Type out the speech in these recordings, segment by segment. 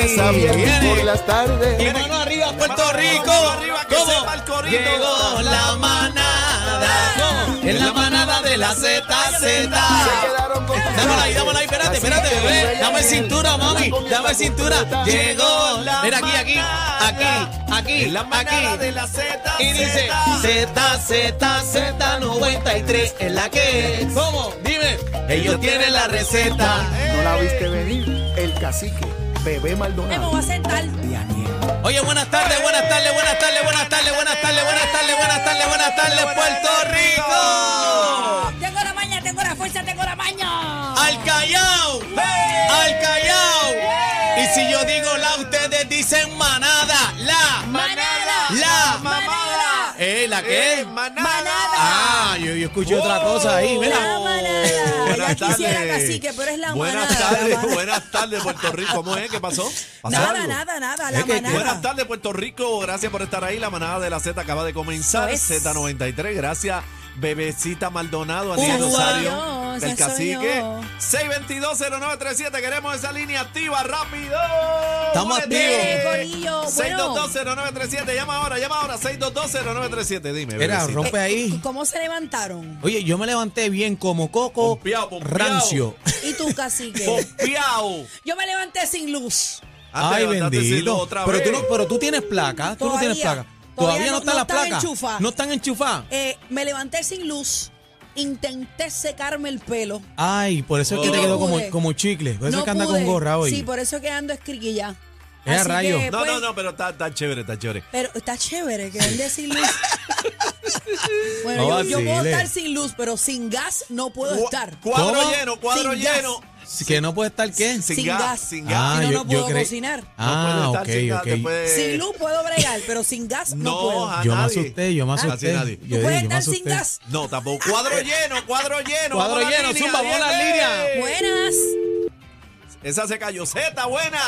Está bien por las tardes. Y mano arriba, Puerto Rico. ¿Cómo? Llegó la manada. ¿Cómo? Es la manada de la Z, Z. Quedaron con Dámela ahí, dámela ahí, espérate, espérate, bebé. Dame cintura, mami. Dame cintura. Llegó. la- Mira aquí, aquí, aquí, aquí, aquí. Y dice Z, Z, Z 93 es la que es. ¿Cómo? Dime. Ellos tienen la receta. No la viste venir. El cacique, bebé Ay, me voy Maldonado. a sentar. Y Aniel. Oye, buenas tardes, buenas tardes, buenas tardes, buenas tardes, buenas tardes, buenas tardes, buenas tardes, buenas tardes, Puerto Rico. Tengo la maña, tengo la fuerza, tengo la maña. Al Callao, al Callao. Y si yo digo la, ustedes dicen manada, la, Manada. La manada. eh, la que es. Manada. Ah, yo, yo escuché otra cosa ahí, La mira. manada. Ya Buenas quisiera tardes. cacique, pero es la Buenas manada. la tardes, manada. buenas tardes, Puerto Rico. ¿Cómo es? ¿Qué pasó? ¿Pasó Nada, algo? nada, nada, la Es que- manada. Buenas tardes, Puerto Rico. Gracias por estar ahí. La manada de la Z acaba de comenzar. Eso es. Z93. Gracias, bebecita Maldonado, Esa Aniel soy yo, Rosario, esa el soy cacique. yo. 6220937. Queremos esa línea activa, rápido. Estamos Dele, activos. corillo. Bueno, 6220937. Llama ahora, llama ahora. 6220937. Dime, Era, bebecita. rompe pues, ahí. Eh, ¿cómo se levantaron? Oye, yo me levanté bien como coco Pompeado, pompeado. rancio. ¿Y tú, cacique? Oh. Pompeado. Yo me levanté sin luz. Ah, te Ay, levantaste sin luz bendito. otra Pero tú, vez. no, pero tú tienes placa, tú no Todavía, tienes placa. todavía Todavía, no- no, no están las están placas. enchufadas. No están enchufadas. Eh, me levanté sin luz. Intenté secarme el pelo. Ay, por eso es que Oh. te quedó No como, pude. como chicle. Por eso no es que anda pude. con gorra hoy. Sí, por eso que ando escriquilla. Eh, Así rayo. que, No, pues, no, no, pero está, está chévere, está chévere. Pero está chévere que él de sin luz. bueno, No yo, yo puedo vacile. estar sin luz, pero sin gas no puedo Cu- estar. Cuadro ¿Cómo? lleno, cuadro Sin gas. lleno. Sí, Que no puede estar qué. Sin, Sin gas, gas. Ah, sin gas. Si no, no puedo cocinar. Ah, ok, No puede estar ok. sin gas, después- Eh. sin luz puedo bregar, pero sin gas no, No, puedo. a Yo me nadie. asusté, yo me Ah, asusté. sin nadie. Yo ¿Tú dije, puedes yo me estar sin asusté. gas? No, tampoco. Cuadro lleno, cuadro lleno. Cuadro Vamos a la lleno, línea, zumba, vamos a la bien, línea. bien. Buenas. Esa se cayó. Z, buena.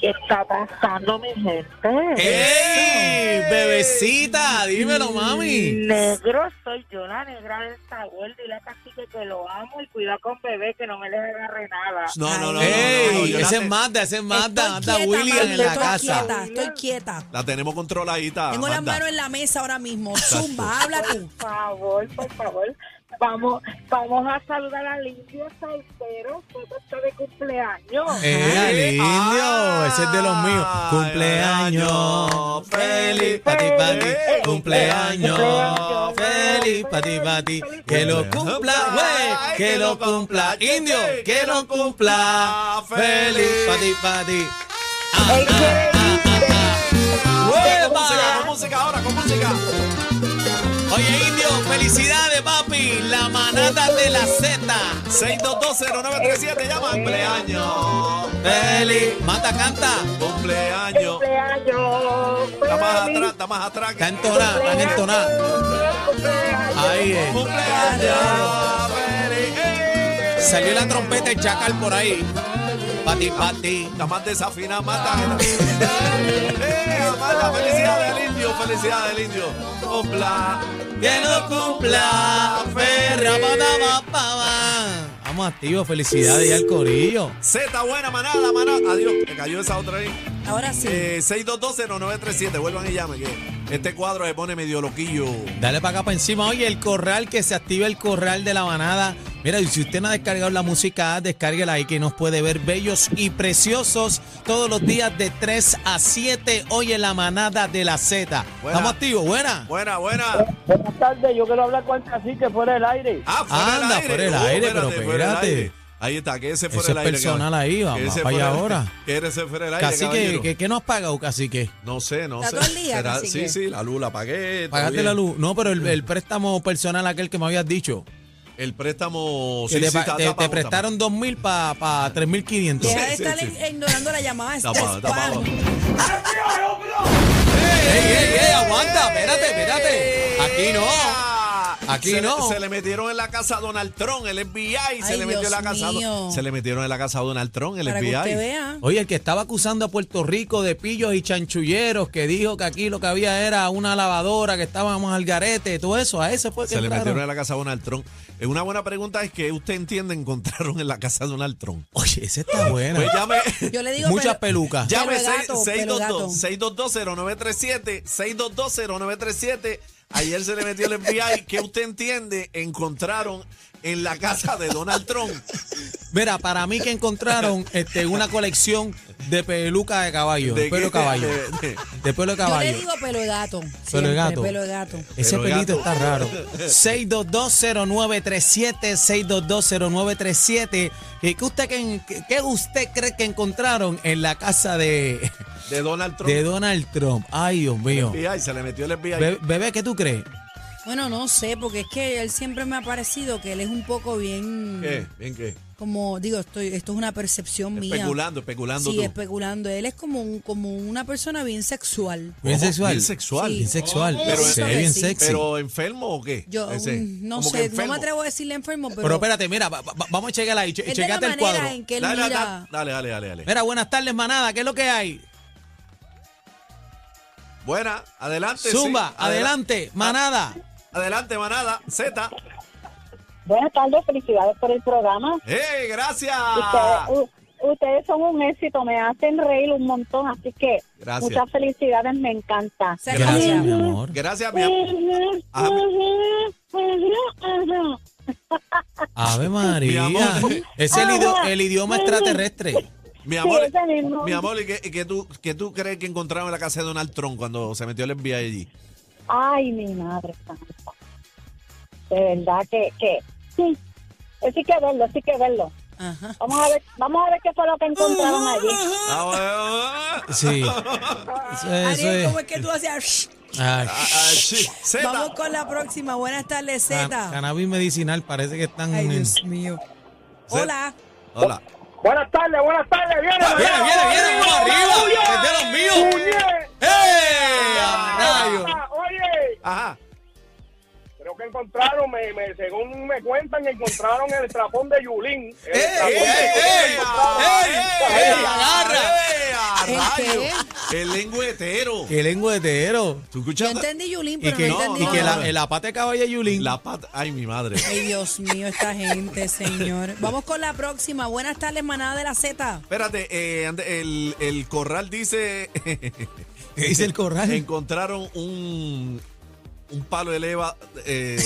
¿Qué está pasando, mi gente? ¡Ey! Bebecita, dímelo, mami. Negro soy yo, la negra del sabor. Dile a Cacique que lo amo y cuidado con bebé, que no me le agarre nada. No, no, no, no. no, no, ¡Ey! yo la Ese es te- Mazda, ese es Mazda. Anda Estoy quieta, William mami, en la estoy casa. Quieta, estoy quieta. La tenemos controladita. Tengo las Amanda. manos en la mesa ahora mismo. Zumba, habla tú. Por favor, por favor. Vamos, vamos a saludar a Lidia Salcero, que está de cumpleaños. ¡Eh, lindo! Ah, ese es de los míos. ay, Cumpleaños año feliz feliz, para ti, para ti. feliz, Cumpleaños cumpleaños, feliz para ti, para ti. feliz, Que lo feliz. cumpla, güey. Ay, Que lo cumpla, indio. Que lo cumpla feliz para ti, para ti. Ah, Ey, qué delicia. Con ¡Hueva! música, con música ahora, con música. Oye, indio, felicidades, papi. La manada de la Z. 6220937 llama cumpleaños. Feliz. Mata, canta. Cumpleaños. Cumpleaños. Está más feliz. atrás, está más atrás. Está entonada, está entonada. Cumpleaños. Ahí es. Cumpleaños feliz. ¡Eh! Salió la trompeta y chacal por ahí. Pati, pati. Está más desafinada, mata. ¡Eh, Amanda, felicidades del indio, felicidades del indio. Cumpla. Que lo cumpla, ferra, pa, pa, pa, pa. Vamos activos, felicidades ya al corillo. Z, buena manada, manada. Adiós, me cayó esa otra ahí. Ahora sí. Eh, 6220937, vuelvan y llamen. Que este cuadro se pone medio loquillo. Dale para acá para encima. Oye, el corral, que se activa el corral de la manada. Mira, y si usted no ha descargado la música, descárguela ahí que nos puede ver bellos y preciosos todos los días de 3 a 7. Oye, la manada de la Z. Buena. Estamos activos, buena. Buena, buena. Buenas tardes, yo quiero hablar con el cacique fuera del aire. Ah, fuera Anda, el aire. fuera del Oh, aire, pero fuera del espérate. aire. Ahí está, que ese fuera Ese el es aire. personal cabrón. ahí, vamos, Quédese para allá fuera- ahora. Quédese fuera del aire, Casi que, caballero. que, que nos paga o casi que. No sé, no ¿Está sé. todo el día, Será- cacique? Sí, sí, la luz la pagué. todo Pagaste bien. la luz. No, pero el, el préstamo personal aquel que me habías dicho. El préstamo... Que sí, te, sí, pa- está- te- te está pago, está prestaron pago. 2.000 para pa 3.500. Deja de sí, estar sí. en- ignorando la llamada. este Es Está pago, está pago. spam. ¡Ey, ey, ey! ¡Aguanta! ¡Espérate, espérate! ¡Aquí no! Aquí se, no. Se le metieron en la casa a Donald Trump, el FBI. se Ay, le metió en la Dios casa. a Don- mío. Se le metieron en la casa a Donald Trump, el Para que FBI. usted vea. Oye, el que estaba acusando a Puerto Rico de pillos y chanchulleros, que dijo que aquí lo que había era una lavadora, que estábamos al garete, todo eso, a ese fue que Se le entraron. metieron en la casa a Donald Trump. Eh, Una buena pregunta es que usted entiende encontraron en la casa a Donald Trump. Oye, esa está buena. Pues llame, Yo le digo. Muchas pero- pelucas. Ya. llame Pelo de gato, pelo de gato. 622-0937, 622-0937. Ayer se le metió el FBI. que usted entiende encontraron en la casa de Donald Trump? Mira, para mí que encontraron este, una colección de pelucas de caballo, de, ¿De pelo de qué? caballo, De- de- de pelo de Yo le caballo. digo pelo de gato. Siempre, Pelo de gato. Pelo de gato. Ese Pero pelito gato. está raro. 6220937, 6220937. ¿Qué qué usted, que- qué, usted cree que encontraron en la casa de, De Donald Trump. de Donald Trump? Ay, Dios mío. FBI, se le metió el FBI. Be- Bebé, ¿qué tú crees? Bueno, no sé, porque es que él siempre me ha parecido que él es un poco bien. ¿Qué? ¿Bien qué? Como, digo, estoy, esto es una percepción mía. Especulando, especulando Sí, tú. especulando. Él es como, un, como una persona bien sexual. Oh, Bien Ojo, sexual. bien sexual. Bien sexual. Pero- Se ve bien Sí. sexy. Pero, ¿Pero enfermo o qué? Yo Ese, mm, no como que sé, no enfermo. me atrevo a decirle enfermo, pero, espérate, mira, va- va- vamos a chequearla ahí. che- es de la Checate el manera cuadro. en que él Dale, dale, mira. dale, dale, dale, dale. Mira, buenas tardes, manada. ¿Qué es lo que hay? Buena, adelante. Ah. Zumba, sí, adelante, manada. adela- Adelante, manada. Z. Buenas tardes, felicidades por el programa. ¡Eh, gracias! Ah. Ustedes, u- ustedes son un éxito, me hacen reír un montón, así que Gracias. muchas felicidades, me encanta. Se Gracias. acabó. mi amor. Gracias, mi am- Ujú, Ah. ujú, ujú, ujú. Ave Mi María. amor. Es el, idio- el idioma extraterrestre. mi amor. ese mismo. Mi amor, ¿y qué, y qué tú, qué tú crees que encontraron en la casa de Donald Trump cuando se metió el FBI allí? Ay, mi madre santa. De verdad que, que sí. Sí que verlo, sí que verlo. Ajá. Vamos a ver, vamos a ver qué fue lo que encontraron allí. Ah, bueno. Sí. Eso, es- eso Ariel, es. ¿cómo es que tú haces? Ay, Ah, ah, sí. Z. Vamos con la próxima. Buenas tardes, can- Z. cannabis medicinal, parece que están. Ay, en- Dios mío. Zeta. Hola. Hola. Buenas tardes, buenas tardes, viene, Viene, viene, viene, vamos arriba. Es de los míos. Muñe, ¡Eh! ¡A rayos! ah, Oye, Ajá. creo que encontraron, me, me- según me cuentan, encontraron el trapón de Yulín. El ¡Ey, estrapón ey, de Yulín ey! encontraron. ey, ey, agarra. ¡Ey, a ¿El rayo! El lengüetero. ¡Qué lengüetero! ¿Tú Yo escuchaste? entendí Yulín, Y pero que, no entendí. y que nada. la, la pata de caballo de Yulín. La pata. Ay, mi madre. Ay, Dios mío, esta gente, señor. Vamos con la próxima. Buenas tardes, manada de la Z. Espérate, eh, ande- el, el corral dice. ¿Qué dice el corral? Encontraron un, un palo de leva. eh,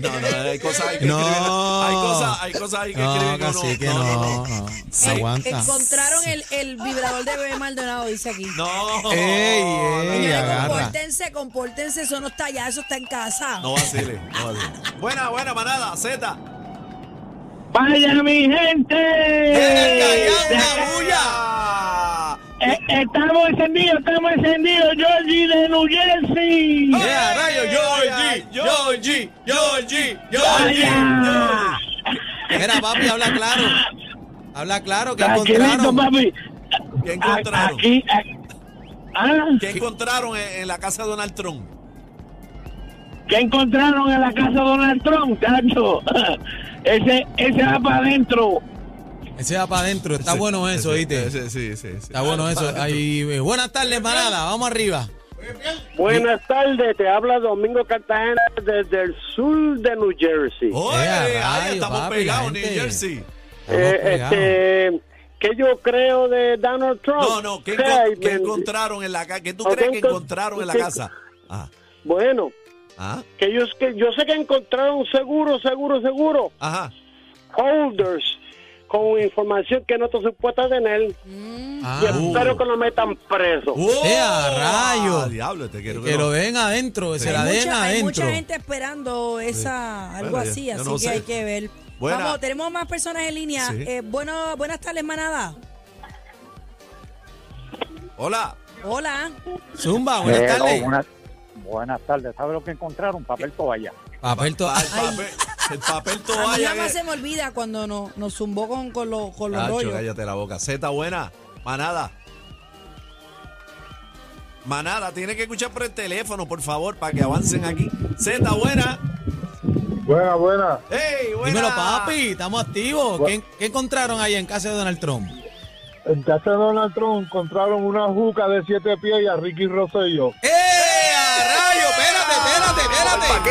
no, no, hay cosas ahí que No. escriben. Hay cosas, hay cosas ahí que No, escriben. que casi que no, no, no. no. no. Sí. Aguanta. Eh, Encontraron el, el vibrador de bebé Maldonado, dice aquí. No. Ey, no, ey, Señores, agarra. compórtense, compórtense, eso no está allá, eso está en casa. No vacile, no vacile. Buena, buena, manada, Z. Vaya mi gente, ¡Callao, bulla! Eh, estamos encendidos, estamos encendidos, Georgie de New Jersey. Yeah, rayo, Georgie, Georgie, Georgie, Vaya. Mira, papi, habla claro. Habla claro que Tranquilito, encontraron. papi. ¿Qué A- encontraron? Aquí, a- ¿ah? ¿Qué encontraron en, en la casa de Donald Trump? ¿Qué encontraron en la casa de Donald Trump, tacho? Ese, ese va para adentro. Ese va para adentro. Está Ese- bueno eso, ese- ¿viste? ese- Sí, sí, sí. Está bueno eso. Ahí, eh, buenas tardes, manada. Vamos arriba. Buenas tardes, te habla Domingo Cartagena desde el sur de New Jersey. Oye, Eh, a ay, rayos, estamos papi, pegados, la New gente. Jersey. Estamos Eh, pegados. este, ¿Qué yo creo de Donald Trump? No, no, ¿qué, Ay, encon- qué bendito. encontraron en la casa? ¿Qué tú ¿O qué crees que encon- encontraron en la qué- casa? Ah, Bueno, ah, que yo, que yo sé que encontraron seguro, seguro, seguro, ajá. holders con información que no está supuesta a tener. Ah, y espero que lo metan preso. ¡Eh, a rayos! ¡Oh! Ah, diablo, te quiero que lo den adentro, que se Sí. la Oh. hay, den mucha, hay adentro. mucha gente esperando esa algo Bueno, yo- así, yo así no que sé. hay que ver. Buena. Vamos, tenemos más personas en línea. Sí. Eh, bueno, buenas tardes, manada. Hola. Hola. Zumba, buenas Hello, tardes. Buenas, Eh, buenas tardes. ¿Sabes lo que encontraron? Papel toalla. Papel to- Ah, el, papel, el papel A mí toalla. jamás que- se me olvida cuando no- nos zumbó con, con, lo- con los Nacho, rollos. cállate la boca. Z buena. Manada. Manada, tiene que escuchar por el teléfono, por favor, para que avancen aquí. Z buena. Buena, buena. ¡Ey, buena! Dímelo, papi, estamos activos. ¿Qué, qué encontraron ahí en casa de Donald Trump? En casa de Donald Trump encontraron una juca de siete pies y a Ricky Rosselló. ¡Eh, a rayo! Espérate, espérate, El espérate.